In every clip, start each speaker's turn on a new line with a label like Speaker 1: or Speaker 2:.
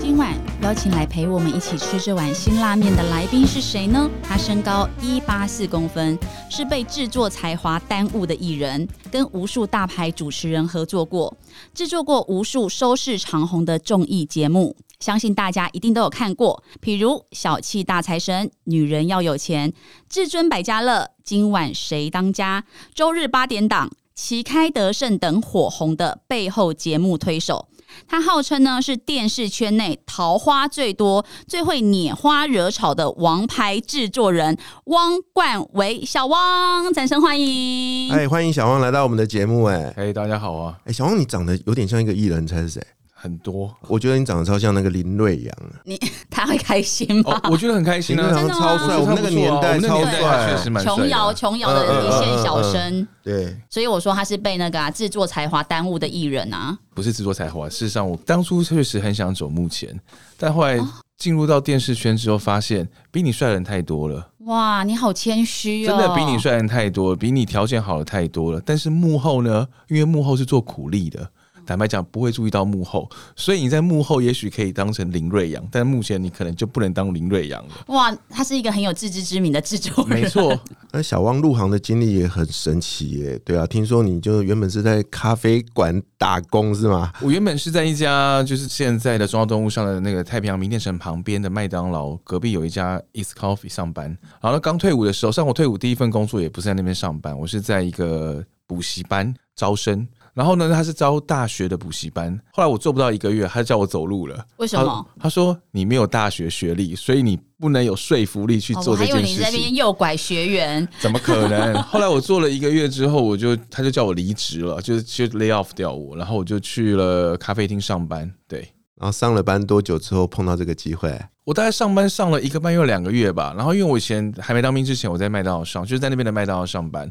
Speaker 1: 今晚邀请来陪我们一起吃这碗辛辣面的来宾是谁呢？他身高一八四公分，是被制作才华耽误的艺人，跟无数大牌主持人合作过，制作过无数收视长虹的综艺节目。相信大家一定都有看过，譬如《小气大财神》《女人要有钱》《至尊百家乐》《今晚谁当家》《周日八点档》《旗开得胜》等火红的背后节目推手。他号称呢是电视圈内桃花最多、最会拈花惹草的王牌制作人汪冠维，小汪，掌声欢迎！
Speaker 2: 哎，欢迎小汪来到我们的节目、哎，
Speaker 3: 嘿大家好啊，
Speaker 2: 哎，小汪，你长得有点像一个艺人，你猜是谁？
Speaker 3: 很多
Speaker 2: 我觉得你长得超像那个林瑞阳啊，
Speaker 1: 他会开心吗
Speaker 3: 哦？，我觉得很开心
Speaker 2: 林瑞
Speaker 3: 啊，
Speaker 2: 阳
Speaker 1: 真的吗
Speaker 2: 超帅，我
Speaker 3: 我
Speaker 2: 们
Speaker 3: 觉
Speaker 2: 那个
Speaker 3: 得他不错
Speaker 2: 年
Speaker 3: 啊
Speaker 2: 代
Speaker 3: 我们那个
Speaker 2: 超
Speaker 3: 年代
Speaker 2: 帅
Speaker 3: 确实
Speaker 2: 啊，
Speaker 3: 蛮帅的
Speaker 1: 琼瑶，琼
Speaker 2: 嗯
Speaker 1: 瑶
Speaker 2: 嗯嗯
Speaker 1: 的一线小生，
Speaker 2: 对，
Speaker 1: 所以我说他是被那个、啊、制作才华耽误的艺人啊。
Speaker 3: 不是制作才华。事实上，我当初确实很想走幕前，但后来进入到电视圈之后，发现比你帅的人太多了，
Speaker 1: 哇，你好谦虚哦，
Speaker 3: 真的比你。帅的人太多了，比你条件好的太多了。但是幕后呢，因为幕后是做苦力的。坦白讲，不会注意到幕后，所以你在幕后也许可以当成林瑞阳，但目前你可能就不能当林瑞阳了。
Speaker 1: 哇，他是一个很有自知之明的制作人，
Speaker 3: 没错，
Speaker 2: 那哎小汪入行的经历也很神奇耶、对啊，听说你就原本是在咖啡馆打工是吗？
Speaker 3: 我原本是在一家就是现在的中央东路上的那个太平洋名店城旁边的麦当劳隔壁有一家 East Coffee 上班。然后刚退伍的时候，上我退伍第一份工作也不是在那边上班，我是在一个补习班招生。然后呢，他是招大学的补习班。后来我做不到一个月，他就叫我走路了。
Speaker 1: 为什么
Speaker 3: 他？他说你没有大学学历，所以你不能有说服力去
Speaker 1: 哦
Speaker 3: 做
Speaker 1: 我
Speaker 3: 这
Speaker 1: 还
Speaker 3: 件
Speaker 1: 有
Speaker 3: 事
Speaker 1: 你
Speaker 3: 情。
Speaker 1: 在那边诱拐学 员，
Speaker 3: 怎么可能？后来我做了一个月之后，我就他就叫我离职了，就是就 lay off 掉我，然后我就去了咖啡厅上班。对
Speaker 2: 然后上了班多久之后碰到这个机会？
Speaker 3: 我大概上班上了一个半月、两个月吧。然后因为我以前还没当兵之前，我在麦当劳上，就是在那边的麦当劳上班。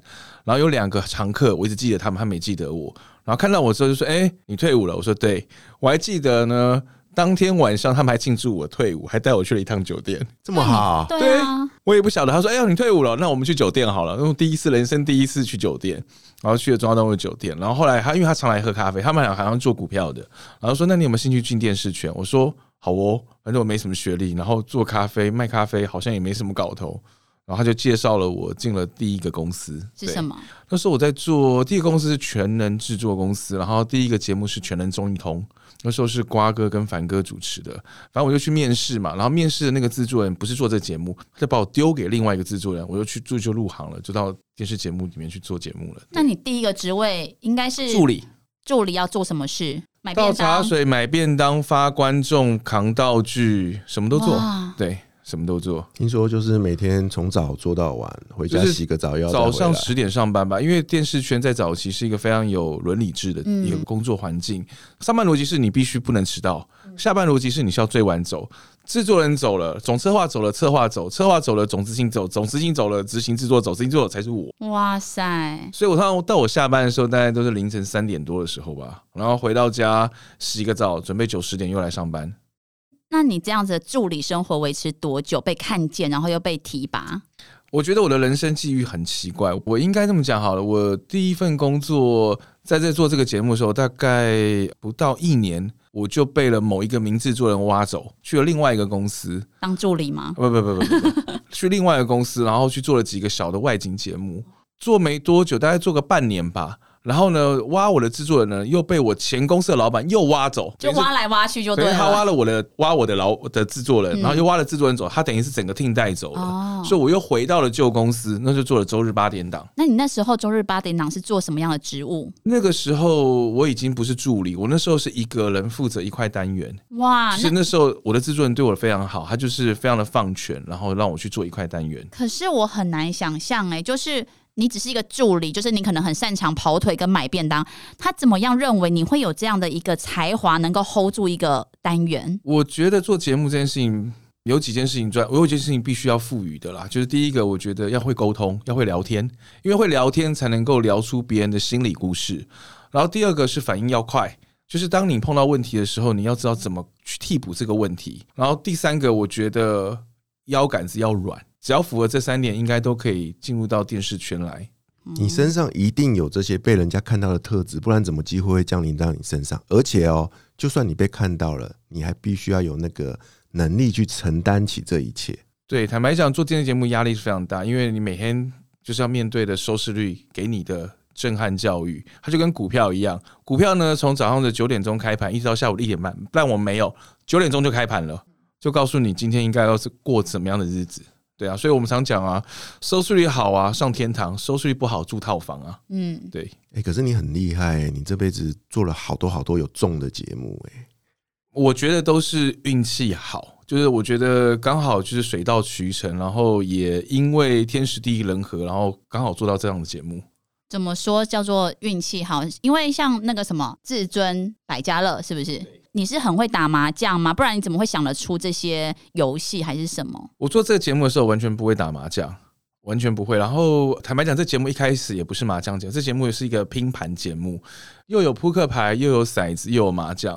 Speaker 3: 然后有两个常客，我一直记得他们，他们也记得我。然后看到我之后就说：“哎、你退伍了？”我说：“对。”我还记得呢，当天晚上他们还庆祝我退伍，还带我去了一趟酒店。
Speaker 2: 这么好，
Speaker 1: 对啊，
Speaker 3: 我也不晓得。他说：“哎呀，你退伍了，那我们去酒店好了。”那我第一次人生第一次去酒店，然后去了中央东路酒店。然后后来他因为他常来喝咖啡，他们俩好像做股票的，然后说：“那你有没有兴趣进电视圈？”我说：“好哦，反正我没什么学历，然后做咖啡卖咖啡好像也没什么搞头。”然后他就介绍了我进了第一个公司，
Speaker 1: 是
Speaker 3: 对
Speaker 1: 什么？
Speaker 3: 那时候我在做第一个公司是全能制作公司，然后第一个节目是全能综艺通，那时候是瓜哥跟凡哥主持的。反正我就去面试嘛，然后面试的那个制作人不是做这节目，他就把我丢给另外一个制作人，我就去就就入行了，就到电视节目里面去做节目了。
Speaker 1: 那你第一个职位应该是
Speaker 3: 助理
Speaker 1: 助理要做什么事？买
Speaker 3: 倒
Speaker 1: 便
Speaker 3: 茶
Speaker 1: 当、
Speaker 3: 水、买便当、发观众、扛道具，什么都做
Speaker 1: 哇，
Speaker 3: 对，什么都做。
Speaker 2: 听说就是每天从早做到晚，回家
Speaker 3: 就是
Speaker 2: 洗个澡要再回
Speaker 3: 早
Speaker 2: 来
Speaker 3: 上十点上班吧，因为电视圈在早期是一个非常有伦理制的
Speaker 1: 嗯
Speaker 3: 一个工作环境。上班逻辑是你必须不能迟到，下班逻辑是你需要最晚走。制作人走了，总策划走了，策划走，策划走了，总执行走，总执行走了，执行制作走，执行制作才是我。
Speaker 1: 哇塞，
Speaker 3: 所以我通常到我下班的时候，大概都是凌晨三点多的时候吧，然后回到家洗个澡，准备九十点又来上班。
Speaker 1: 那你这样子的助理生活维持多久？被看见，然后又被提拔，
Speaker 3: 我觉得我的人生际遇很奇怪，我应该这么讲好了。我第一份工作在这做这个节目的时候，大概不到一年，我就被了某一个名制作人挖走，去了另外一个 公司，啊
Speaker 1: 当助理吗？
Speaker 3: 不不不不不不，去另外一个公司，然后去做了几个小的外景节目，做没多久，大概做个半年吧。然后呢，挖我的制作人呢，又被我前公司的老板又挖走，
Speaker 1: 就挖来挖去就
Speaker 3: 等
Speaker 1: 对
Speaker 3: 于是他挖
Speaker 1: 了。
Speaker 3: 了我的挖我的老的制作人，
Speaker 1: 嗯
Speaker 3: 然后又挖了制作人走，他等于是整个 team 带走了。
Speaker 1: 哦
Speaker 3: 所以我又回到了旧公司，那就做了周日八点档。
Speaker 1: 那你那时候周日八点档是做什么样的职务？
Speaker 3: 那个时候我已经不是助理，我那时候是一个人负责一块单元。
Speaker 1: 哇，
Speaker 3: 是
Speaker 1: 啊那
Speaker 3: 那时候我的制作人对我非常好，他就是非常的放权，然后让我去做一块单元。
Speaker 1: 可是我很难想象哎、就是你只是一个助理，就是你可能很擅长跑腿跟买便当，他怎么样认为你会有这样的一个才华，能够 hold 住一个单元？
Speaker 3: 我觉得做节目这件事情有几件事情赚，我有一件事情必须要赋予的啦，就是第一个，我觉得要会沟通，要会聊天，因为会聊天才能够聊出别人的心理故事。然后第二个是反应要快，就是当你碰到问题的时候，你要知道怎么去替补这个问题。然后第三个，我觉得腰杆子要软，只要符合这三点，应该都可以进入到电视圈来。
Speaker 2: 你身上一定有这些被人家看到的特质，不然怎么机会会降临到你身上？而且哦，就算你被看到了，你还必须要有那个能力去承担起这一切。
Speaker 3: 对，坦白讲，做电视节目压力是非常大，因为你每天就是要面对的收视率给你的震撼教育，它就跟股票一样。股票呢，从早上的九点钟开盘，一直到下午的一点半，但我没有九点钟就开盘了，就告诉你今天应该要是过怎么样的日子。对啊，所以我们常讲啊，收视率好啊上天堂，收视率不好住套房啊。
Speaker 1: 嗯，
Speaker 3: 对
Speaker 2: 哎、可是你很厉害、你这辈子做了好多好多有重的节目、哎，
Speaker 3: 我觉得都是运气好，就是我觉得刚好就是水到渠成，然后也因为天时地利人和，然后刚好做到这样的节目。
Speaker 1: 怎么说叫做运气好？因为像那个什么至尊百家乐，是不是？你是很会打麻将吗？不然你怎么会想得出这些游戏还是什么？
Speaker 3: 我做这个节目的时候完全不会打麻将，完全不会。然后坦白讲，这节目一开始也不是麻将节目，这节目也是一个拼盘节目，又有扑克牌，又有骰子，又有麻将。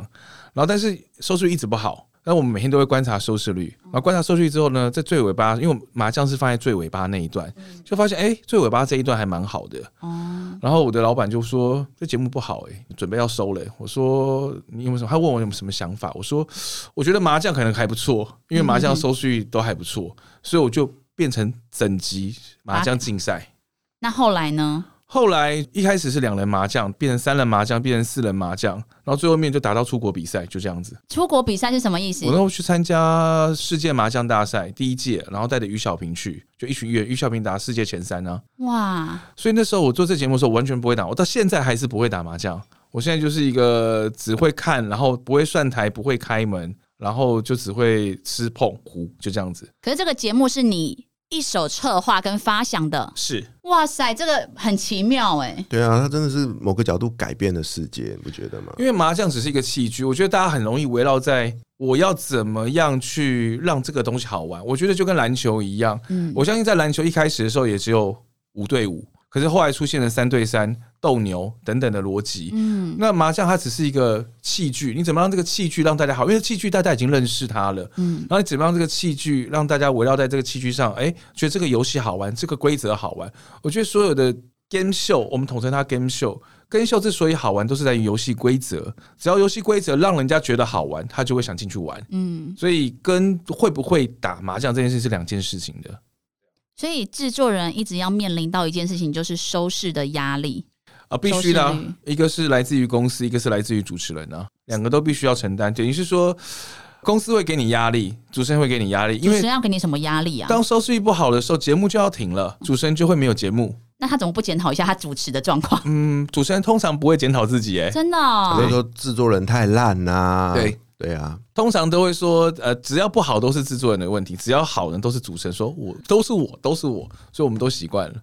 Speaker 3: 然后但是收视率一直不好。那我们每天都会观察收视率，然后观察收视率之后呢，在最尾巴，因为麻将是放在最尾巴那一段，就发现哎、最尾巴这一段还蛮好的。
Speaker 1: 哦，
Speaker 3: 然后我的老板就说：“这节目不好哎、准备要收了、欸我说：“你有没有什么？”他问我有没有什么想法。我说：“我觉得麻将可能还不错，因为麻将收视率都还不错，所以我就变成整集麻将竞赛。
Speaker 1: 那后来呢？
Speaker 3: 后来一开始是两人麻将，变成三人麻将，变成四人麻将，然后最后面就达到出国比赛，就这样子。
Speaker 1: 出国比赛是什么意思
Speaker 3: 我？那时候去参加世界麻将大赛第一届，然后带着于小平去，就一群月，于小平打世界前三啊。
Speaker 1: 哇，
Speaker 3: 所以那时候我做这节目的时候完全不会打，我到现在还是不会打麻将。我现在就是一个只会看，然后不会算台，不会开门，然后就只会吃碰胡，就这样子。
Speaker 1: 可是这个节目是你一手策划跟发想的，
Speaker 3: 是，
Speaker 1: 哇塞，这个很奇妙哎、
Speaker 2: 对啊，它真的是某个角度改变了世界，你不觉得吗？
Speaker 3: 因为麻将只是一个器具，我觉得大家很容易围绕在我要怎么样去让这个东西好玩。我觉得就跟篮球一样，
Speaker 1: 嗯，
Speaker 3: 我相信在篮球一开始的时候也只有五对五，可是后来出现了三对三、斗牛等等的逻辑。
Speaker 1: 嗯
Speaker 3: 那麻将它只是一个器具，你怎么让这个器具让大家好？因为器具大家已经认识它了，
Speaker 1: 嗯
Speaker 3: 然后你怎么让这个器具让大家围绕在这个器具上？哎、觉得这个游戏好玩，这个规则好玩。我觉得所有的 game show，我们统称它 game show。game show 之所以好玩，都是在于游戏规则。只要游戏规则让人家觉得好玩，他就会想进去玩。
Speaker 1: 嗯，
Speaker 3: 所以跟会不会打麻将这件事是两件事情的。
Speaker 1: 所以制作人一直要面临到一件事情，就是收视的压力。
Speaker 3: 啊，必须的啊、
Speaker 1: 收视率
Speaker 3: 一个是来自于公司，一个是来自于主持人啊，两个都必须要承担。等于是说，公司会给你压力，主持人会给你压力，因
Speaker 1: 主
Speaker 3: 为
Speaker 1: 持人要给你什么压力啊？
Speaker 3: 当收视率不好的时候，节目就要停了，主持人就会没有节目。
Speaker 1: 那他怎么不检讨一下他主持的状况？
Speaker 3: 嗯，主持人通常不会检讨自己、欸，
Speaker 1: 真的、哦
Speaker 2: 比如，说制作人太烂呐、
Speaker 3: 对
Speaker 2: 对啊，
Speaker 3: 通常都会说，呃，只要不好都是制作人的问题，只要好人都是主持人说，我都是我，都是我，所以我们都习惯了。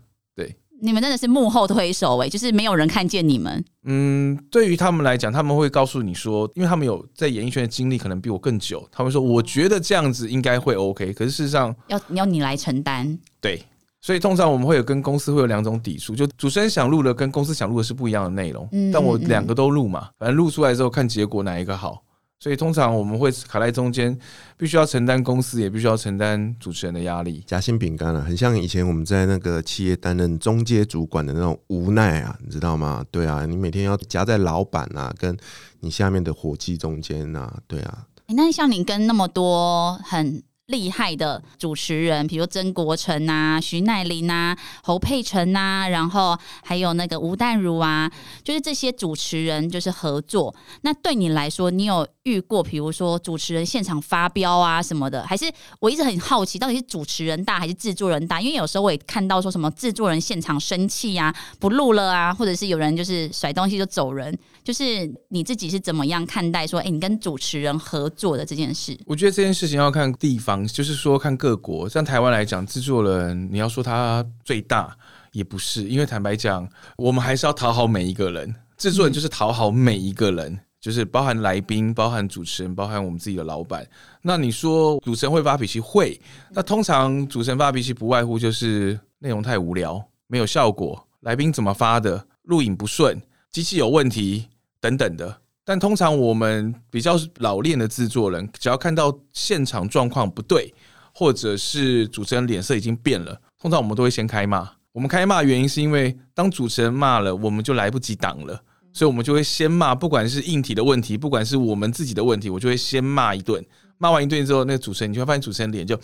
Speaker 1: 你们真的是幕后推手哎、就是没有人看见你们。
Speaker 3: 嗯，对于他们来讲，他们会告诉你说，因为他们有在演艺圈的经历，可能比我更久，他们说我觉得这样子应该会 OK，可是事实上
Speaker 1: 要要你来承担，
Speaker 3: 对，所以通常我们会有跟公司会有两种抵触，就主持人想录的跟公司想录的是不一样的内容，
Speaker 1: 嗯
Speaker 3: 但我两个都录嘛，反正录出来之后看结果哪一个好。所以通常我们会卡在中间，必须要承担公司，也必须要承担主持人的压力。
Speaker 2: 夹心饼干啊，很像以前我们在那个企业担任中阶主管的那种无奈啊，你知道吗？对啊，你每天要夹在老板啊跟你下面的伙计中间啊，对啊，
Speaker 1: 欸那像你跟那么多很厉害的主持人，比如曾国成啊、徐乃麟啊、侯佩岑啊，然后还有那个吴淡如啊，就是这些主持人就是合作。那对你来说，你有遇过比如说主持人现场发飙啊什么的，还是我一直很好奇，到底是主持人大还是制作人大？因为有时候我也看到说什么制作人现场生气啊，不录了啊，或者是有人就是甩东西就走人，就是你自己是怎么样看待说，哎、你跟主持人合作的这件事？
Speaker 3: 我觉得这件事情要看地方，就是说看各国。像台湾来讲，制作人你要说他最大也不是，因为坦白讲，我们还是要讨好每一个人。制作人就是讨好每一个人，就是包含来宾、包含主持人、包含我们自己的老板。那你说主持人会发脾气，会。那通常主持人发脾气不外乎就是内容太无聊、没有效果，来宾怎么发的，录影不顺，机器有问题等等的。但通常我们比较老练的制作人，只要看到现场状况不对，或者是主持人脸色已经变了，通常我们都会先开骂。我们开骂的原因是因为当主持人骂了，我们就来不及挡了，所以我们就会先骂，不管是硬体的问题，不管是我们自己的问题，我就会先骂一顿。骂完一顿之后，那个主持人你就会发现主持人脸就，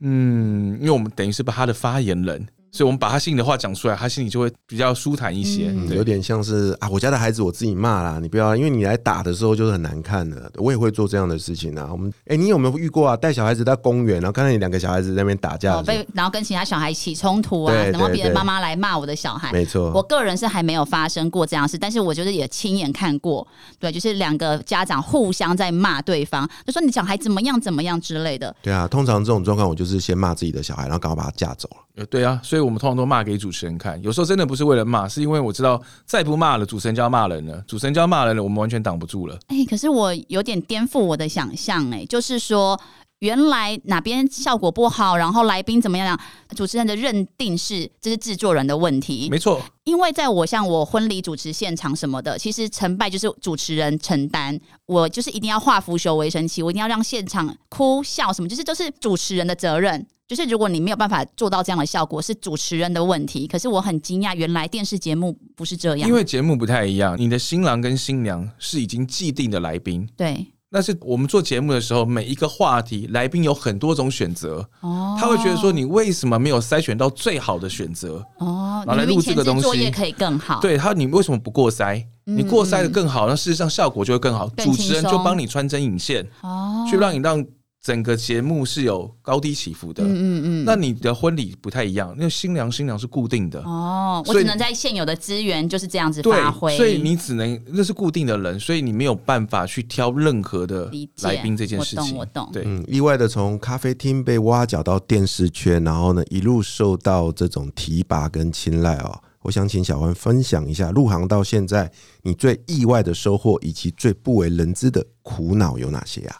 Speaker 3: 嗯，因为我们等于是把他的发言人，所以我们把他心里的话讲出来，他心里就会比较舒坦一些。
Speaker 2: 嗯，
Speaker 3: 对
Speaker 2: 有点像是啊，我家的孩子我自己骂啦，你不要，因为你来打的时候就是很难看的。我也会做这样的事情啊。我们，哎、你有没有遇过啊？带小孩子到公园，然后看到你两个小孩子在那边打架
Speaker 1: 哦，
Speaker 2: 的时候，
Speaker 1: 被然后跟其他小孩起冲突啊，
Speaker 2: 对
Speaker 1: 然后
Speaker 2: 对
Speaker 1: 别人
Speaker 2: 对
Speaker 1: 妈妈来骂我的小孩，
Speaker 2: 没
Speaker 1: 我
Speaker 2: 错，
Speaker 1: 个人是还没有发生过这样的事，但是我觉得也亲眼看过，对，就是两个家长互相在骂对方，就说你小孩怎么样怎么样之类的。
Speaker 2: 对啊。通常这种状况，我就是先骂自己的小孩，然后赶快把他架走了。
Speaker 3: 呃，对啊，所以我们通常都骂给主持人看。有时候真的不是为了骂，是因为我知道再不骂了，主持人就要骂人了。主持人就要骂人了，我们完全挡不住了。
Speaker 1: 哎、可是我有点颠覆我的想象，哎，就是说。原来哪边效果不好，然后来宾怎么样？主持人的认定是这是制作人的问题，
Speaker 3: 没错，
Speaker 1: 因为在我像我婚礼主持现场什么的，其实成败就是主持人承担，我就是一定要化腐朽为神奇，我一定要让现场哭笑什么，就是都是主持人的责任。就是如果你没有办法做到这样的效果，是主持人的问题。可是我很惊讶，原来电视节目不是这样，
Speaker 3: 因为节目不太一样，你的新郎跟新娘是已经既定的来宾。
Speaker 1: 对
Speaker 3: 但是我们做节目的时候，每一个话题，来宾有很多种选择，
Speaker 1: 哦，
Speaker 3: 他会觉得说你为什么没有筛选到最好的选择？
Speaker 1: 哦，
Speaker 3: 拿来
Speaker 1: 你
Speaker 3: 录这
Speaker 1: 前
Speaker 3: 个
Speaker 1: 置
Speaker 3: 东西
Speaker 1: 作业可以更好，嗯
Speaker 3: 对他，你为什么不过筛？你过筛的更好，那事实上效果就会更好。
Speaker 1: 更
Speaker 3: 主持人
Speaker 1: 轻松
Speaker 3: 就帮你穿针引线，
Speaker 1: 哦，
Speaker 3: 去让你让整个节目是有高低起伏的。
Speaker 1: 嗯嗯嗯，
Speaker 3: 那你的婚礼不太一样，因为新娘新娘是固定的，
Speaker 1: 哦，我
Speaker 3: 所以
Speaker 1: 只能在现有的资源就是这样子发挥，
Speaker 3: 对，所以你只能那是固定的人，所以你没有办法去挑任何的
Speaker 1: 理解
Speaker 3: 来宾这件事
Speaker 1: 我
Speaker 3: 情。
Speaker 1: 懂我懂
Speaker 3: 对，
Speaker 2: 嗯，意外的从咖啡厅被挖角到电视圈，然后呢一路受到这种提拔跟青睐哦。我想请小欢分享一下入行到现在你最意外的收获，以及最不为人知的苦恼有哪些啊？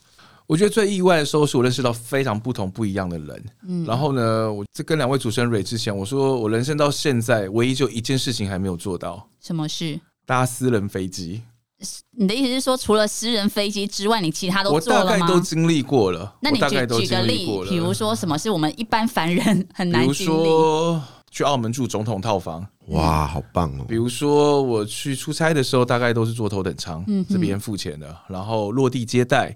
Speaker 3: 我觉得最意外的时候是我认识到非常不同不一样的人。
Speaker 1: 嗯
Speaker 3: 然后呢，我在跟两位主持人蕊之前，我说我人生到现在唯一就一件事情还没有做到，
Speaker 1: 什么事？
Speaker 3: 搭私人飞机，
Speaker 1: 你的意思是说，除了私人飞机之外，你其他都
Speaker 3: 我
Speaker 1: 做
Speaker 3: 大
Speaker 1: 了
Speaker 3: 概
Speaker 1: 吗？
Speaker 3: 都经历过了。
Speaker 1: 那你
Speaker 3: 我大概
Speaker 1: 举
Speaker 3: 都
Speaker 1: 举个
Speaker 3: 经历
Speaker 1: 例
Speaker 3: 过，了，
Speaker 1: 比如说什么是我们一般凡人很
Speaker 3: 比
Speaker 1: 难
Speaker 3: 如
Speaker 1: 经历？
Speaker 3: 说去澳门住总统套房，
Speaker 2: 哇，好棒哦！
Speaker 3: 比如说我去出差的时候，大概都是坐头等舱
Speaker 1: 嗯，哼
Speaker 3: 是别人付钱的，然后落地接待，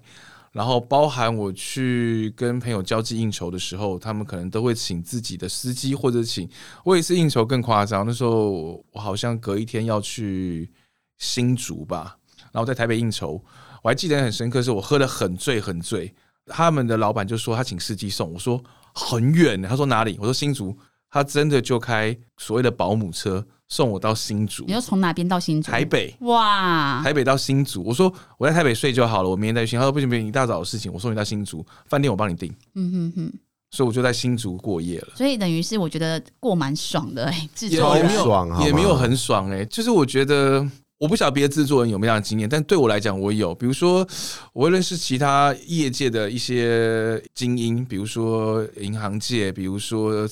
Speaker 3: 然后包含我去跟朋友交际应酬的时候，他们可能都会请自己的司机或者请我也是应酬更夸张，那时候我好像隔一天要去新竹吧，然后在台北应酬，我还记得很深刻，是我喝得很醉很醉，他们的老板就说他请司机送，我说很远，他说哪里？我说新竹，他真的就开所谓的保姆车送我到新竹
Speaker 1: 你，又从哪边到新竹？
Speaker 3: 台北。
Speaker 1: 哇，
Speaker 3: 台北到新竹，我说我在台北睡就好了，我明天再去。他说不行不行，你一大早有事情，我送你到新竹饭店，我帮你订。
Speaker 1: 嗯哼哼，
Speaker 3: 所以我就在新竹过夜了，
Speaker 1: 所以等于是我觉得过蛮爽的、哎，制
Speaker 3: 也
Speaker 1: 作
Speaker 2: 也
Speaker 3: 也
Speaker 2: 没
Speaker 3: 没
Speaker 2: 有
Speaker 1: 人
Speaker 2: 爽好吗
Speaker 3: 有也没有很爽哎、就是我觉得我不晓得别的制作人有没有这样的经验，但对我来讲我有，比如说我会认识其他业界的一些精英，比如说银行界，比如说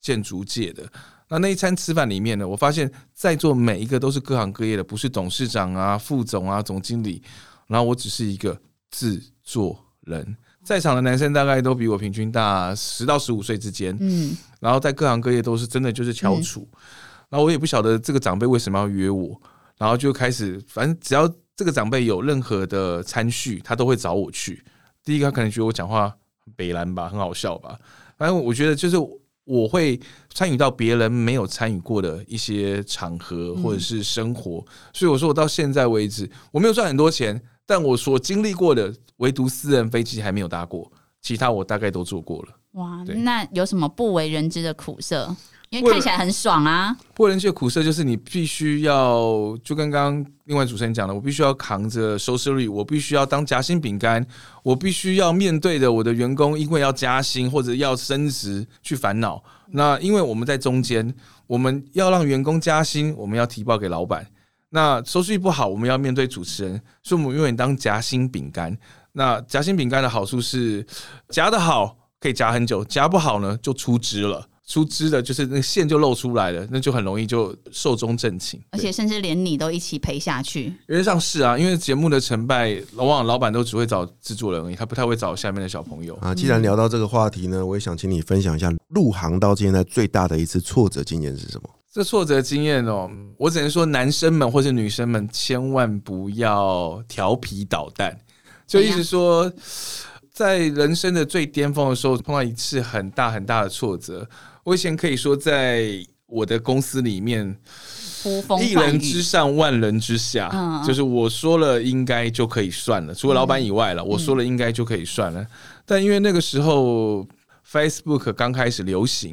Speaker 3: 建筑界的。那那一餐吃饭里面呢，我发现在座每一个都是各行各业的，不是董事长啊、副总啊、总经理，然后我只是一个制作人。在场的男生大概都比我平均大十到十五岁之间，
Speaker 1: 嗯，
Speaker 3: 然后在各行各业都是真的就是翘楚。然后我也不晓得这个长辈为什么要约我，然后就开始，反正只要这个长辈有任何的参叙，他都会找我去。第一个，他可能觉得我讲话很北兰吧，很好笑吧。反正我觉得就是我会参与到别人没有参与过的一些场合
Speaker 1: 嗯
Speaker 3: 或者是生活，所以我说我到现在为止我没有赚很多钱，但我所经历过的唯独私人飞机还没有搭过，其他我大概都做过了。
Speaker 1: 哇，
Speaker 3: 对
Speaker 1: 那有什么不为人知的苦涩？因为
Speaker 3: 为
Speaker 1: 看
Speaker 3: 了
Speaker 1: 起来很爽啊，
Speaker 3: 破人界苦涩就是你必须要，就跟刚刚另外主持人讲的，我必须要扛着收视率，我必须要当夹心饼干，我必须要面对着我的员工，因为要加薪或者要升职去烦恼。那因为我们在中间，我们要让员工加薪，我们要提报给老板。那收视率不好，我们要面对主持人，所以我们永远当夹心饼干。那夹心饼干的好处是夹得好可以夹很久，夹不好呢就出汁了。出汁的就是那个线就露出来了，那就很容易就寿终正寝。
Speaker 1: 而且甚至连你都一起陪下去。
Speaker 3: 原则上是啊，因为节目的成败，往往老板都只会找制作人而已，他不太会找下面的小朋友。
Speaker 2: 啊，既然聊到这个话题呢，我也想请你分享一下入行到现在最大的一次挫折经验是什么？
Speaker 3: 这挫折经验哦，我只能说男生们或是女生们千万不要调皮捣蛋，就一直说，在人生的最巅峰的时候碰到一次很大很大的挫折。我以前可以说，在我的公司里面，
Speaker 1: 呼风
Speaker 3: 一
Speaker 1: 唤
Speaker 3: 人之
Speaker 1: 雨，
Speaker 3: 上，万人之下，
Speaker 1: 嗯嗯嗯
Speaker 3: 就是我说了应该就可以算了，除了老板以外了，我说了应该就可以算了。但因为那个时候 Facebook 刚开始流行，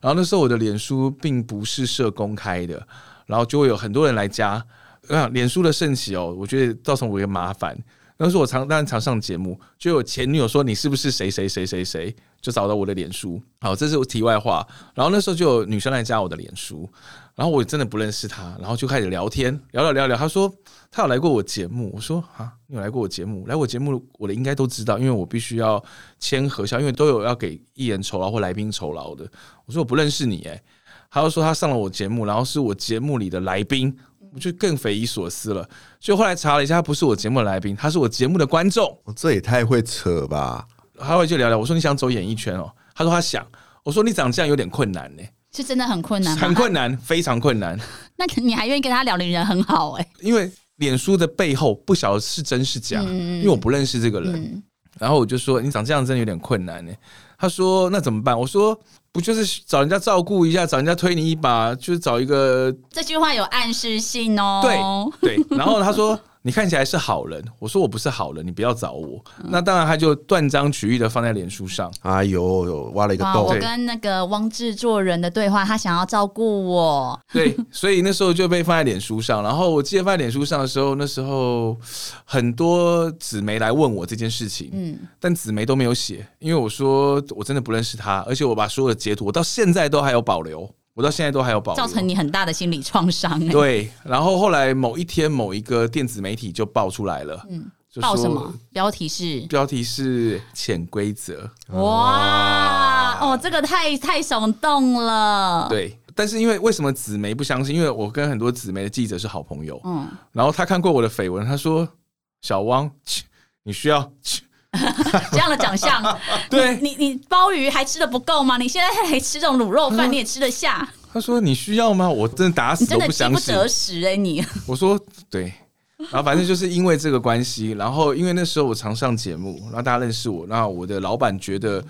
Speaker 3: 然后那时候我的脸书并不是设公开的，然后就会有很多人来加。我想脸书的盛起哦，我觉得造成我一个麻烦。那时候我常当然常上节目，就有前女友说你是不是谁谁谁谁谁，就找到我的脸书。好，这是题外话。然后那时候就有女生来加我的脸书，然后我真的不认识她，然后就开始聊天，聊聊聊聊。她说她有来过我节目，我说啊，你有来过我节目？来我节目我的应该都知道，因为我必须要签合销，因为都有要给艺人酬劳或来宾酬劳的。我说我不认识你、欸，哎，她就说她上了我节目，然后是我节目里的来宾，我就更匪夷所思了。所以后来查了一下，她不是我节目的来宾，她是我节目的观众。
Speaker 2: 哦这也太会扯吧！
Speaker 3: 他会就聊聊，我说你想走演艺圈哦，他说他想，我说你长这样有点困难呢、
Speaker 1: 是真的很困难吗，
Speaker 3: 很困难，非常困难，
Speaker 1: 那你还愿意跟他聊的人很好哎、
Speaker 3: 因为脸书的背后不晓得是真是假，
Speaker 1: 嗯
Speaker 3: 因为我不认识这个人，
Speaker 1: 嗯，
Speaker 3: 然后我就说你长这样真的有点困难呢、欸他说那怎么办？我说不就是找人家照顾一下，找人家推你一把，就是找一个
Speaker 1: 这句话有暗示性哦。
Speaker 3: 对对，然后他说。你看起来是好人，我说我不是好人，你不要找我。
Speaker 1: 嗯
Speaker 3: 那当然，他就断章取义的放在脸书上，
Speaker 2: 哎呦，呦挖了一个
Speaker 1: 哇，
Speaker 2: 洞
Speaker 1: 我
Speaker 3: 对。
Speaker 1: 跟那个汪制作人的对话，他想要照顾我，
Speaker 3: 对，所以那时候就被放在脸书上。然后我记得放在脸书上的时候，那时候很多紫媒来问我这件事情，
Speaker 1: 嗯，
Speaker 3: 但紫媒都没有写，因为我说我真的不认识他，而且我把所有的截图我到现在都还有保留，我到现在都还有保留。
Speaker 1: 造成你很大的心理创伤、哎，
Speaker 3: 对，然后后来某一天某一个电子媒体就爆出来了，
Speaker 1: 嗯，
Speaker 3: 就
Speaker 1: 报
Speaker 3: 说
Speaker 1: 什么？标题是
Speaker 3: 标题是潜规则，
Speaker 1: 哇，哦，这个太太耸动了。，
Speaker 3: 啊对。但是因为为什么紫媒不相信？因为我跟很多紫媒的记者是好朋友，
Speaker 1: 嗯，
Speaker 3: 然后他看过我的绯闻，他说：“小汪，切你需要 切
Speaker 1: 这样的长相，
Speaker 3: 对
Speaker 1: 你你你鲍鱼还吃的不够吗？你现在还吃这种卤肉饭，你也吃得下？
Speaker 3: 他说你需要吗？嗯我真的打
Speaker 1: 你
Speaker 3: 死
Speaker 1: 真
Speaker 3: 都
Speaker 1: 的
Speaker 3: 不
Speaker 1: 饥
Speaker 3: 相
Speaker 1: 不
Speaker 3: 信。
Speaker 1: 择食哎、你
Speaker 3: 我说对， 然后反正就是因为这个关系，然后因为那时候我常上节目，然后大家认识我，那我的老板觉得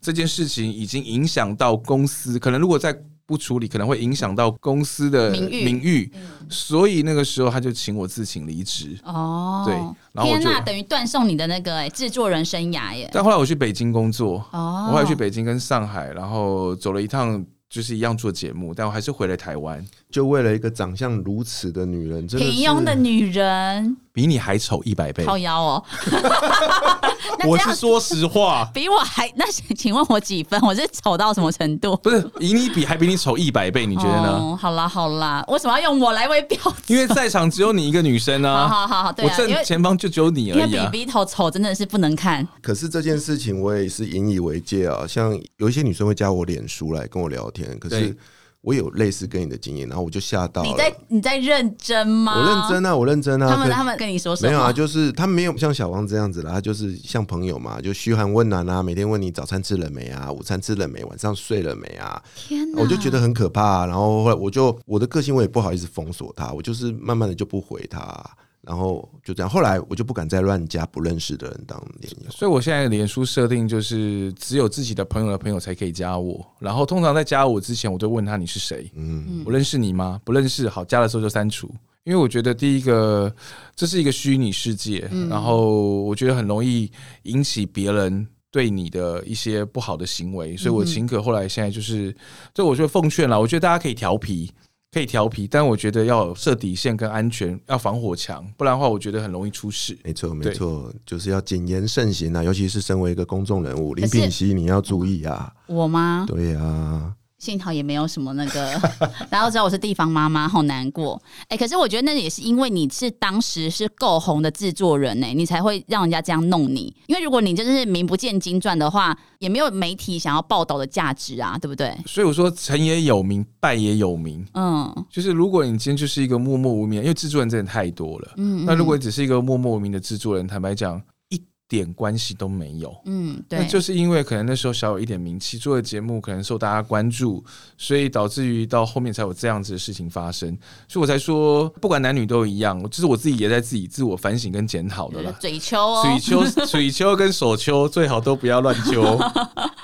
Speaker 3: 这件事情已经影响到公司，可能如果再不处理，可能会影响到公司的
Speaker 1: 名誉
Speaker 3: 名誉，所以那个时候他就请我自请离职。
Speaker 1: 哦，
Speaker 3: 对然后我
Speaker 1: 天
Speaker 3: 就
Speaker 1: 呐，等于断送你的那个哎、制作人生涯耶、
Speaker 3: 但后来我去北京工作，
Speaker 1: 哦，
Speaker 3: 我后来去北京跟上海，然后走了一趟，就是一样做节目，但我还是回了台湾。
Speaker 2: 就为了一个长相如此的女人，真的
Speaker 1: 平庸的
Speaker 2: 是
Speaker 1: 女人，
Speaker 3: 比你还丑一百倍，
Speaker 1: 靠腰哦，那
Speaker 3: 我
Speaker 1: 这
Speaker 3: 是
Speaker 1: 样
Speaker 3: 说实话，
Speaker 1: 比我还 那，请问我几分？我是丑到什么程度？
Speaker 3: 不是以你比还比你丑一百倍，你觉得呢？
Speaker 1: 哦？好啦好啦，为什么要用我来为标
Speaker 3: 因
Speaker 1: 准？
Speaker 3: 为在场只有你一个女生
Speaker 1: 好
Speaker 3: 啊，
Speaker 1: 好好好，对
Speaker 3: 我
Speaker 1: 啊，因为
Speaker 3: 正前方就只有你
Speaker 1: 因为
Speaker 3: 而已啊
Speaker 1: 比。比头丑真的是不能看，
Speaker 2: 可是这件事情我也是引以为戒啊。像有一些女生会加我脸书来跟我聊天，可是
Speaker 3: 对
Speaker 2: 我有类似跟你的经验，然后我就吓到了。
Speaker 1: 你在你在认真吗？
Speaker 2: 我认。真啊，我认真啊。
Speaker 1: 他们
Speaker 2: 可
Speaker 1: 他们跟你说什么？
Speaker 2: 没有啊，就是他没有像小王这样子啦，他就是像朋友嘛，就嘘寒问暖啊，每天问你早餐吃了没啊，午餐吃了没，晚上睡了没啊，
Speaker 1: 天哪！
Speaker 2: 我就觉得很可怕、然后后来我就我的个性我也不好意思封锁他，我就是慢慢的就不回他，然后就这样。后来我就不敢再乱加不认识的人当连友。
Speaker 3: 所以我现在的脸书设定就是只有自己的朋友的朋友才可以加我，然后通常在加我之前，我都问他你是谁，
Speaker 2: 嗯
Speaker 3: 我认识你吗？不认识，好，加的时候就删除。因为我觉得第一个，这是一个虚拟世界，然后我觉得很容易引起别人对你的一些不好的行为，所以我秦可后来现在就是，这我就奉劝了，我觉得大家可以调皮，可以调皮，但我觉得要有设底线跟安全，要防火墙，不然的话我觉得很容易出事。
Speaker 2: 没错，没
Speaker 3: 对
Speaker 2: 错，就是要谨言慎行啊！尤其是身为一个公众人物，
Speaker 1: 可
Speaker 2: 林
Speaker 1: 是嗯
Speaker 2: 品熙，你要注意啊！
Speaker 1: 我吗？
Speaker 2: 对啊，
Speaker 1: 幸好也没有什么那个， 大家都知道我是地方妈妈，好难过。哎、可是我觉得那也是因为你是当时是够红的制作人呢、你才会让人家这样弄你。因为如果你真的是名不见经传的话，也没有媒体想要报道的价值啊，对不对？
Speaker 3: 所以我说成也有名，败也有名。
Speaker 1: 嗯
Speaker 3: 就是如果你今天就是一个默默无名，因为制作人真的太多了。
Speaker 1: 嗯。
Speaker 3: 那如
Speaker 1: 嗯
Speaker 3: 果你只是一个默默无名的制作人，坦白讲，一点关系都没有。
Speaker 1: 嗯，
Speaker 3: 那
Speaker 1: 对，
Speaker 3: 就是因为可能那时候小有一点名气，做的节目可能受大家关注，所以导致于到后面才有这样子的事情发生，所以我才说不管男女都一样，就是我自己也在自己自我反省跟检讨的啦。
Speaker 1: 嘴丘哦，
Speaker 3: 水丘、水丘跟手丘最好都不要乱揪，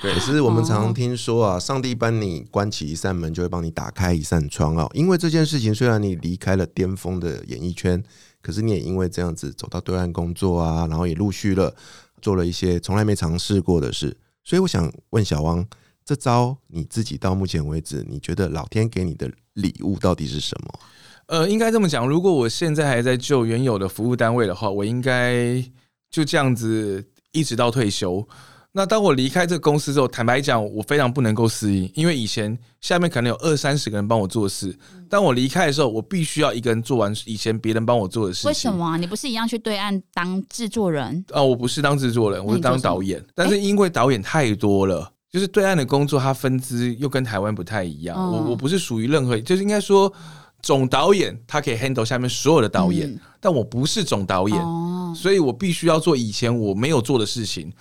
Speaker 2: 可是我们常常听说啊，上帝帮你关起一扇门，就会帮你打开一扇窗哦。因为这件事情，虽然你离开了巅峰的演艺圈，可是你也因为这样子走到对岸工作啊，然后也陆续了做了一些从来没尝试过的事。所以我想问小汪，这招你自己到目前为止，你觉得老天给你的礼物到底是什么？
Speaker 3: 呃，应该这么讲，如果我现在还在就原有的服务单位的话，我应该就这样子一直到退休。那当我离开这个公司之后，坦白讲，我非常不能够适应，因为以前下面可能有二三十个人帮我做事，
Speaker 1: 嗯
Speaker 3: 当我离开的时候，我必须要一个人做完以前别人帮我做的事情。
Speaker 1: 为什么啊、你不是一样去对岸当制作人？
Speaker 3: 啊，我不是当制作人，我是当导
Speaker 1: 哎
Speaker 3: 演。但是因为导演太多了，就是对岸的工作，它分支又跟台湾不太一样。
Speaker 1: 嗯
Speaker 3: 我我不是属于任何，就是应该说总导演，他可以 handle 下面所有的导演，
Speaker 1: 嗯
Speaker 3: 但我不是总导演，
Speaker 1: 哦，
Speaker 3: 所以我必须要做以前我没有做的事情。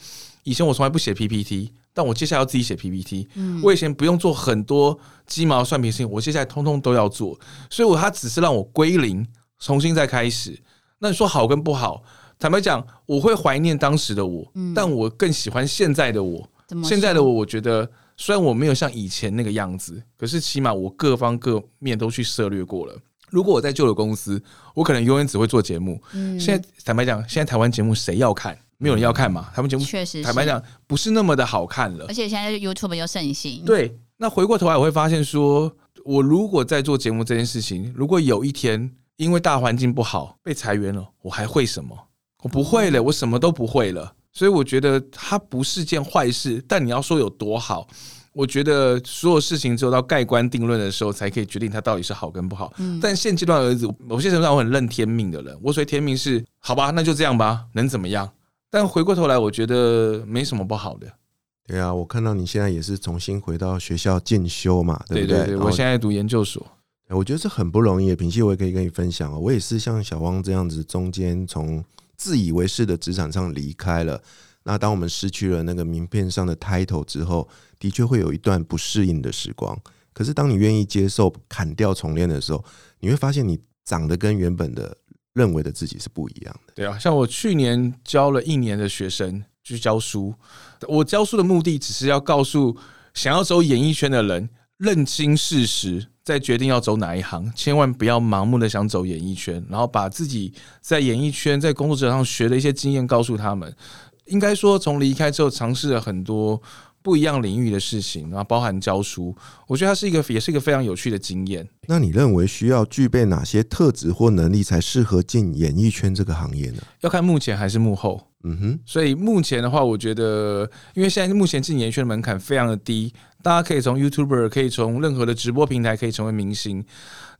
Speaker 3: 以前我从来不写 PPT，但我接下来要自己写 PPT。
Speaker 1: 嗯
Speaker 3: 我以前不用做很多鸡毛蒜皮的事情，我接下来通通都要做，所以我它只是让我归零，重新再开始。那你说好跟不好？坦白讲，我会怀念当时的我，
Speaker 1: 嗯
Speaker 3: 但我更喜欢现在的我。
Speaker 1: 怎么
Speaker 3: 现在的
Speaker 1: 说
Speaker 3: 我，我觉得虽然我没有像以前那个样子，可是起码我各方各面都去涉略过了。如果我在旧的公司，我可能永远只会做节目。
Speaker 1: 嗯
Speaker 3: 现在坦白讲，现在台湾节目谁要看？没有人要看嘛？台湾节目
Speaker 1: 嗯确实
Speaker 3: 坦白
Speaker 1: 是，
Speaker 3: 讲不是那么的好看了
Speaker 1: 而。且现在 YouTube 又盛行，，
Speaker 3: 对，那回过头来我会发现说，我如果在做节目这件事情，如果有一天因为大环境不好被裁员了，我还会什么？我不会了，我什么都不会了。所以我觉得它不是件坏事，但你要说有多好，我觉得所有事情只有到盖棺定论的时候，才可以决定它到底是好跟不好。
Speaker 1: 嗯
Speaker 3: 但现阶段而言，某些程度上我很认天命的人，我所谓天命是好吧，那就这样吧，能怎么样？但回过头来，我觉得没什么不好的。
Speaker 2: 对啊，我看到你现在也是重新回到学校进修嘛，
Speaker 3: 对
Speaker 2: 不
Speaker 3: 对
Speaker 2: 然后
Speaker 3: 我现在读研究所。
Speaker 2: 欸我觉得这很不容易。平息，我也可以跟你分享哦，我也是像小汪这样子，中间从自以为是的职场上离开了。那当我们失去了那个名片上的 title 之后，的确会有一段不适应的时光。可是当你愿意接受砍掉重练的时候，你会发现你长得跟原本的认为的自己是不一样的。
Speaker 3: 对啊，像我去年教了一年的学生去教书，我教书的目的只是要告诉想要走演艺圈的人认清事实，再决定要走哪一行，千万不要盲目的想走演艺圈，然后把自己在演艺圈在工作者上学的一些经验告诉他们。应该说，从离开之后，尝试了很多不一样领域的事情，然后包含教书，我觉得它是一个也是一个非常有趣的经验。
Speaker 2: 那你认为需要具备哪些特质或能力才适合进演艺圈这个行业呢？
Speaker 3: 要看幕前还是幕后，
Speaker 2: 嗯哼，
Speaker 3: 所以目前的话，我觉得，因为现在目前进演艺圈的门槛非常的低，大家可以从 YouTuber，可以从任何的直播平台可以成为明星。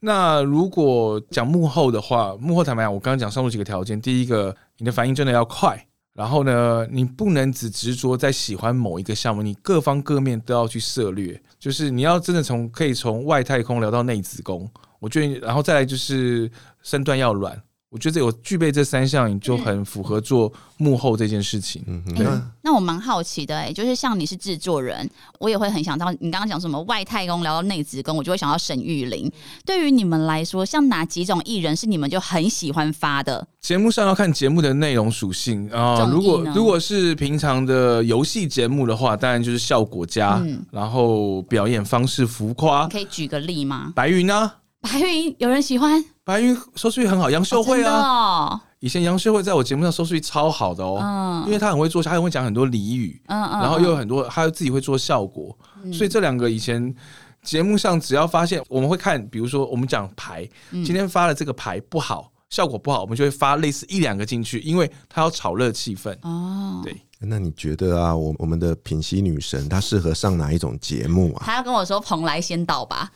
Speaker 3: 那如果讲幕后的话，幕后坦白讲，我刚刚讲上述几个条件，第一个，你的反应真的要快。然后呢，你不能只执着在喜欢某一个项目，你各方各面都要去涉略。就是你要真的从可以从外太空聊到内子宫，我觉得，然后再来就是身段要软。我觉得有具备这三项，你就很符合做幕后这件事情。
Speaker 2: 嗯哼，
Speaker 1: 哎
Speaker 2: 那
Speaker 1: 那我蛮好奇的、哎，就是像你是制作人，我也会很想到你刚刚讲什么外太空聊到内子宫，我就会想到沈玉琳。对于你们来说，像哪几种艺人是你们就很喜欢发的？
Speaker 3: 节目上要看节目的内容属性啊、
Speaker 1: 综艺呢
Speaker 3: 如果如果是平常的游戏节目的话，当然就是效果佳，
Speaker 1: 嗯
Speaker 3: 然后表演方式浮夸
Speaker 1: 你。可以举个例吗？
Speaker 3: 白云啊，
Speaker 1: 白云有人喜欢，
Speaker 3: 白云收视率很好，杨秀慧
Speaker 1: 真的
Speaker 3: 啊，
Speaker 1: 哦，
Speaker 3: 以前杨秀慧在我节目上收视率超好的哦，
Speaker 1: 嗯
Speaker 3: 因为她很会做，她很会讲很多俚语，
Speaker 1: 嗯嗯，
Speaker 3: 然后又有
Speaker 1: 嗯
Speaker 3: 很多，她自己会做效果，
Speaker 1: 嗯
Speaker 3: 所以这两个以前节目上只要发现，我们会看，比如说我们讲牌，
Speaker 1: 嗯
Speaker 3: 今天发了这个牌不好，效果不好，我们就会发类似一两个进去，因为它要炒热气氛。
Speaker 1: 哦，
Speaker 3: 对
Speaker 2: 那你觉得啊，我我们的品析女神她适合上哪一种节目啊？
Speaker 1: 他要跟我说蓬莱仙岛吧？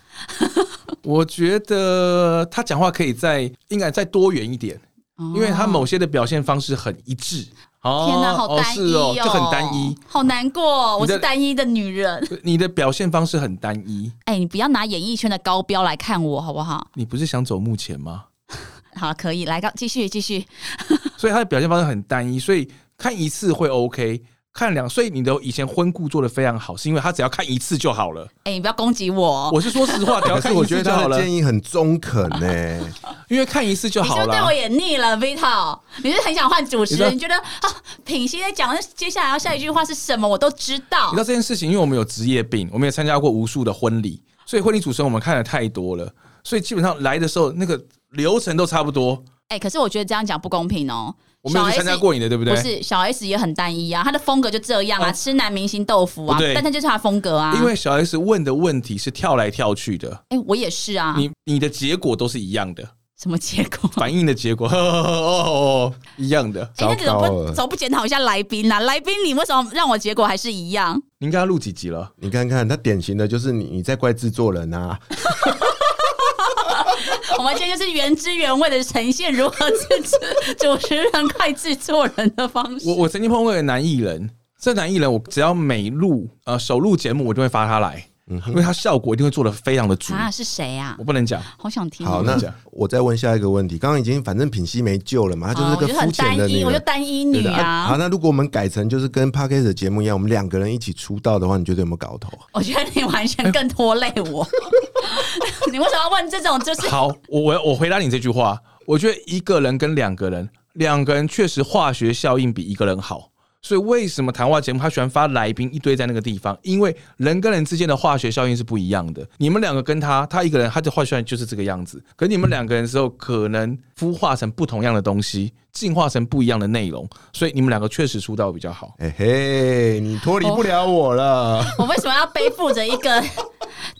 Speaker 3: 我觉得他讲话可以再应该再多元一点，
Speaker 1: 哦
Speaker 3: 因为他某些的表现方式很一致。哦
Speaker 1: 天哪，好单
Speaker 3: 是
Speaker 1: 一
Speaker 3: 哦，就很单一。，
Speaker 1: 好难过，哦我
Speaker 3: 你的
Speaker 1: 是单一的女人。
Speaker 3: 你的表现方式很单一，
Speaker 1: 哎，你不要拿演艺圈的高标来看我好不好？
Speaker 3: 你不是想走幕前吗？
Speaker 1: 好，可以来，高继续继续。
Speaker 3: 所以他的表现方式很单一，所以看一次会 OK，看两，所以你的以前婚故做的非常好，是因为他只要看一次就好了。
Speaker 1: 哎，你不要攻击我，
Speaker 3: 我是说实话，只要
Speaker 2: 可是
Speaker 3: 看
Speaker 2: 我
Speaker 3: 一
Speaker 2: 觉
Speaker 3: 次
Speaker 2: 得
Speaker 3: 就
Speaker 2: 她
Speaker 3: 好
Speaker 2: 的
Speaker 3: 了，
Speaker 2: 建议很中肯呢、
Speaker 3: 因为看一次就
Speaker 1: 你是不
Speaker 3: 好
Speaker 1: 是对
Speaker 3: 了
Speaker 1: 我。也腻了，Vito？你是很想换主持人？
Speaker 3: 你
Speaker 1: 你觉得啊，品熙在讲，那接下来要下一句话是什么？我都知道
Speaker 3: 你知道。这件事情，因为我们有职业病，我们也参加过无数的婚礼，所以婚礼主持人我们看的太多了，所以基本上来的时候那个流程都差不多。
Speaker 1: 哎、可是我觉得这样讲不公平哦。
Speaker 3: 我没有去参加过你的，对不对？
Speaker 1: 不是小 S 也很单一啊，她的风格就这样啊，
Speaker 3: 哦
Speaker 1: 吃男明星豆腐啊
Speaker 3: 不，对
Speaker 1: 但她就是她的风格啊。
Speaker 3: 因为小 S 问的问题是跳来跳去的，
Speaker 1: 哎、我也是啊，
Speaker 3: 你你的结果都是一样的，
Speaker 1: 什么结果？
Speaker 3: 反应的结果哦一样的。
Speaker 1: 哎、那你怎 么
Speaker 2: 糟糕
Speaker 1: 不
Speaker 2: 了
Speaker 1: 怎么不检讨一下来宾啊？来宾，你为什么让我结果还是一样？
Speaker 3: 您刚刚录几集了？
Speaker 2: 你看看，她典型的就是你你在怪制作人啊，
Speaker 1: 我们今天就是原汁原味的呈现如何制持主持人快制作人的方式。
Speaker 3: 我我曾经碰过一个男艺人，这男艺人我只要每录呃首录节目，我就会发他来，因为他效果一定会做的非常的足。
Speaker 1: 啊，是谁啊
Speaker 3: 我？不能讲，
Speaker 1: 好想听哦。
Speaker 3: 嗯
Speaker 2: 好，那我再问下一个问题。刚刚已经反正品析没救了嘛，她
Speaker 1: 啊
Speaker 2: 就
Speaker 1: 我
Speaker 2: 是
Speaker 1: 就
Speaker 2: 个肤
Speaker 1: 很
Speaker 2: 浅
Speaker 1: 单
Speaker 2: 的女
Speaker 1: 一，我就
Speaker 2: 人。
Speaker 1: 单一
Speaker 2: 对
Speaker 1: 女
Speaker 2: 的好，
Speaker 1: 啊。
Speaker 2: 那如果我们改成就是跟 p a r k e s 的节目一样，我们两个人一起出道的话，你觉得有没有搞头？
Speaker 1: 我觉得你完全更拖累我。 你为什么要问这种？就是
Speaker 3: 好，我我我回答你这句话，我觉得一个人跟两个人，两个人确实化学效应比一个人好。所以为什么谈话节目他喜欢发来宾一堆在那个地方？因为人跟人之间的化学效应是不一样的。你们两个跟他，他一个人，他的化学效应就是这个样子。可你们两个人之后，可能孵化成不同样的东西，进化成不一样的内容，所以你们两个确实出道比较好。
Speaker 2: 嘿嘿，你脱离不了我了。
Speaker 1: 我为什么要背负着一个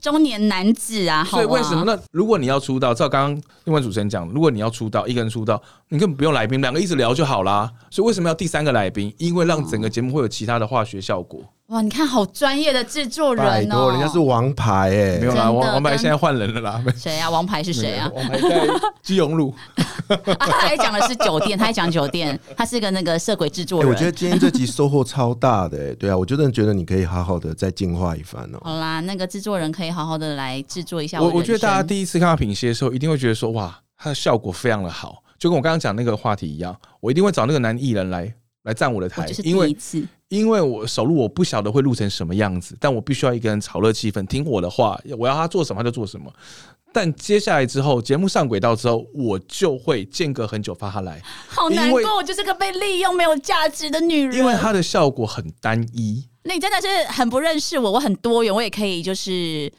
Speaker 1: 中年男子啊？好
Speaker 3: 所以为什么
Speaker 1: 呢？
Speaker 3: 呢？如果你要出道，照刚刚另外主持人讲，如果你要出道，一个人出道，你根本不用来宾，两个一直聊就好啦。所以为什么要第三个来宾？因为让整个节目会有其他的化学效果。
Speaker 1: 哇，你看好专业的制作
Speaker 2: 拜
Speaker 1: 人哦、
Speaker 2: 托，人家是王牌哎、
Speaker 3: 没有
Speaker 1: 真
Speaker 3: 啦，
Speaker 1: 的
Speaker 3: 王王牌
Speaker 1: 刚
Speaker 3: 现在换人了啦。
Speaker 1: 谁啊？王牌是谁 啊？
Speaker 3: 王牌在基 隆路。
Speaker 1: 啊他还讲的是酒店，他还讲酒店，他是个那个色鬼制作
Speaker 2: 欸
Speaker 1: 人。
Speaker 3: 哎
Speaker 2: 我觉得今天这集收获超大的、欸，对啊，我真的觉得你可以好好的再进化一番哦、
Speaker 1: 好啦，那个制作人可以好好的来制作一下
Speaker 3: 我
Speaker 1: 我
Speaker 3: 我觉得大家
Speaker 1: 人生
Speaker 3: 第一次看到品鞋的时候，一定会觉得说哇，它的效果非常的好，就跟我刚刚讲那个话题一样，我一定会找那个男艺人来来站我的
Speaker 1: 我
Speaker 3: 台
Speaker 1: 就是，第
Speaker 3: 因为
Speaker 1: 一次。
Speaker 3: 因为我首录我不晓得会录成什么样子，但我必须要一个人炒热气氛，听我的话，我要他做什么他就做什么。但接下来之后，节目上轨道之后，我就会间隔很久发他来，
Speaker 1: 好难
Speaker 3: 因为
Speaker 1: 过，我就是个被利用、没有价值的女人。
Speaker 3: 因为它的效果很单一。
Speaker 1: 你真的是很不认识我，我很多元，我也可以就是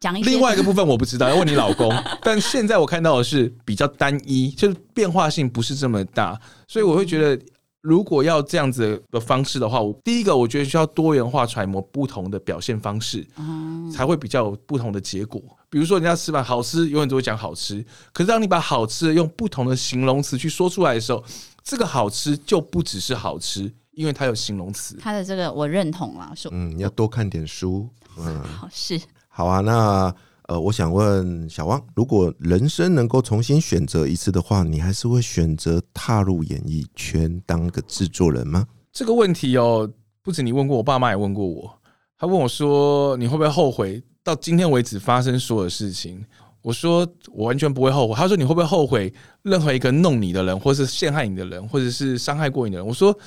Speaker 1: 讲一些
Speaker 3: 另外一个部分我不知道，要问你老 公。但现在我看到的是比较单一，就是变化性不是这么大，所以我会觉得，如果要这样子的方式的话，我第一个我觉得需要多元化揣摩不同的表现方式，
Speaker 1: 哦
Speaker 3: 才会比较有不同的结果。比如说，人家吃饭好吃，永远都会讲好吃，可是当你把好吃的用不同的形容词去说出来的时候，这个好吃就不只是好吃，因为它有形容词。
Speaker 1: 他的这个我认同了，说
Speaker 2: 嗯，要多看点书。嗯，
Speaker 1: 好是
Speaker 2: 好啊，那呃，我想问小汪，如果人生能够重新选择一次的话，你还是会选择踏入演艺圈当个制作人吗？
Speaker 3: 这个问题哦，不止你问过我，爸妈也问过我。他问我说：“你会不会后悔到今天为止发生所有事情？”我说：“我完全不会后悔。”他说：“你会不会后悔任何一个弄你的人，或是陷害你的人，或者是伤害过你的人？”我说：“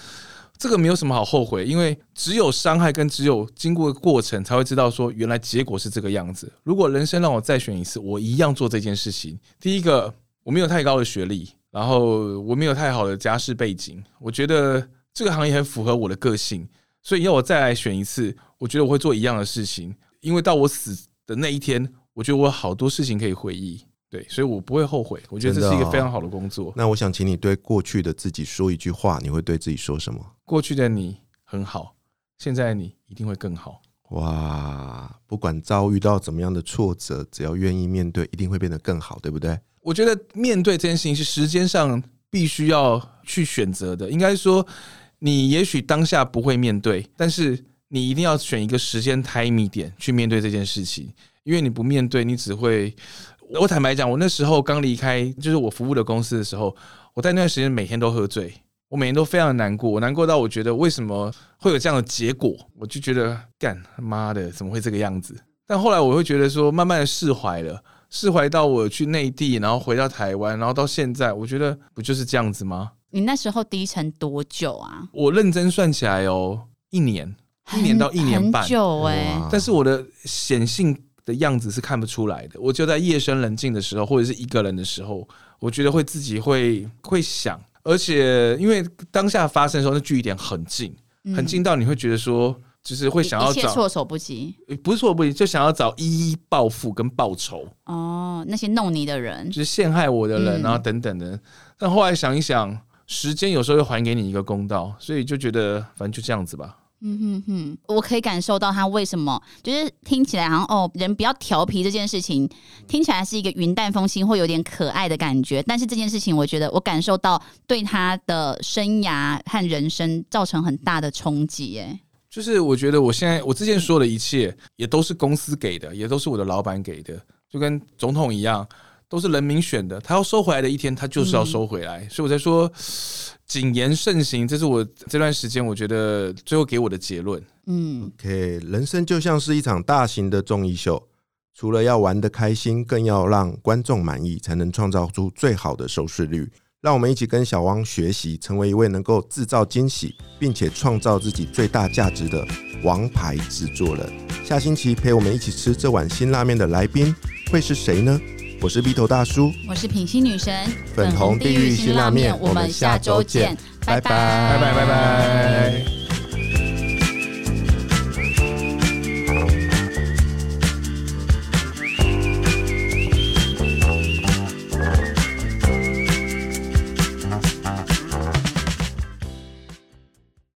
Speaker 3: 这个没有什么好后悔，因为只有伤害跟只有经过过程，才会知道说原来结果是这个样子。如果人生让我再选一次，我一样做这件事情。第一个，我没有太高的学历，然后我没有太好的家世背景，我觉得这个行业很符合我的个性，所以要我再来选一次，我觉得我会做一样的事情，因为到我死的那一天，我觉得我有好多事情可以回忆。对，所以我不会后悔。我觉得这是一
Speaker 2: 真
Speaker 3: 个
Speaker 2: 的哦
Speaker 3: 非常好的工作。
Speaker 2: 那我想请你对过去的自己说一句话，你会对自己说什么？
Speaker 3: 过去的你很好，现在的你一定会更好。
Speaker 2: 哇，不管遭遇到怎么样的挫折，只要愿意面对，一定会变得更好，对不对？
Speaker 3: 我觉得面对这件事情是时间上必须要去选择的。应该说，你也许当下不会面对，但是你一定要选一个时间 timing 点去面对这件事情，因为你不面对，你只会。我坦白讲，我那时候刚离开，就是我服务的公司的时候，我在那段时间每天都喝醉，我每天都非常难过，我难过到我觉得为什么会有这样的结果，我就觉得干他妈的怎么会这个样子？但后来我会觉得说，慢慢的释怀了。释怀到我去内地，然后回到台湾，然后到现在，我觉得不就是这样子吗？
Speaker 1: 你那时候低沉多久啊？
Speaker 3: 我认真算起来哦，一年，一年到一年半
Speaker 1: 很，久哎、
Speaker 2: 哇
Speaker 3: 但是我的显性的样子是看不出来的。我就在夜深人静的时候，或者是一个人的时候，我觉得会自己会会想，而且因为当下发生的时候，那距离点很近，
Speaker 1: 嗯
Speaker 3: 很近到你会觉得说，就是会想要
Speaker 1: 一切
Speaker 3: 找，
Speaker 1: 措手不及
Speaker 3: 不是说不就想要找一一报复跟报仇。
Speaker 1: 哦，那些弄你的人
Speaker 3: 就是陷害我的人，
Speaker 1: 嗯
Speaker 3: 然后等等的。但后来想一想，时间有时候会还给你一个公道，所以就觉得反正就这样子吧。
Speaker 1: 嗯哼哼，我可以感受到他为什么，就是听起来好像哦，人不要调皮这件事情，听起来是一个云淡风轻，会有点可爱的感觉。但是这件事情，我觉得我感受到对他的生涯和人生造成很大的冲击。哎，
Speaker 3: 就是我觉得我现在我之前说的一切，也都是公司给的，也都是我的老板给的，就跟总统一样，都是人民选的。他要收回来的一天，他就是要收回来。所以我在说，谨言慎行，这是我这段时间我觉得最后给我的结论。
Speaker 1: 嗯，
Speaker 2: OK，人生就像是一场大型的综艺秀，除了要玩得开心，更要让观众满意，才能创造出最好的收视率。让我们一起跟小汪学习，成为一位能够制造惊喜，并且创造自己最大价值的王牌制作人。下星期陪我们一起吃这碗辛拉面的来宾会是谁呢？我是 B 头大叔，
Speaker 1: 我是品心女神，
Speaker 2: 粉红地狱辛辣面我们下周见
Speaker 1: 拜拜，
Speaker 2: 拜拜
Speaker 3: 拜拜拜拜。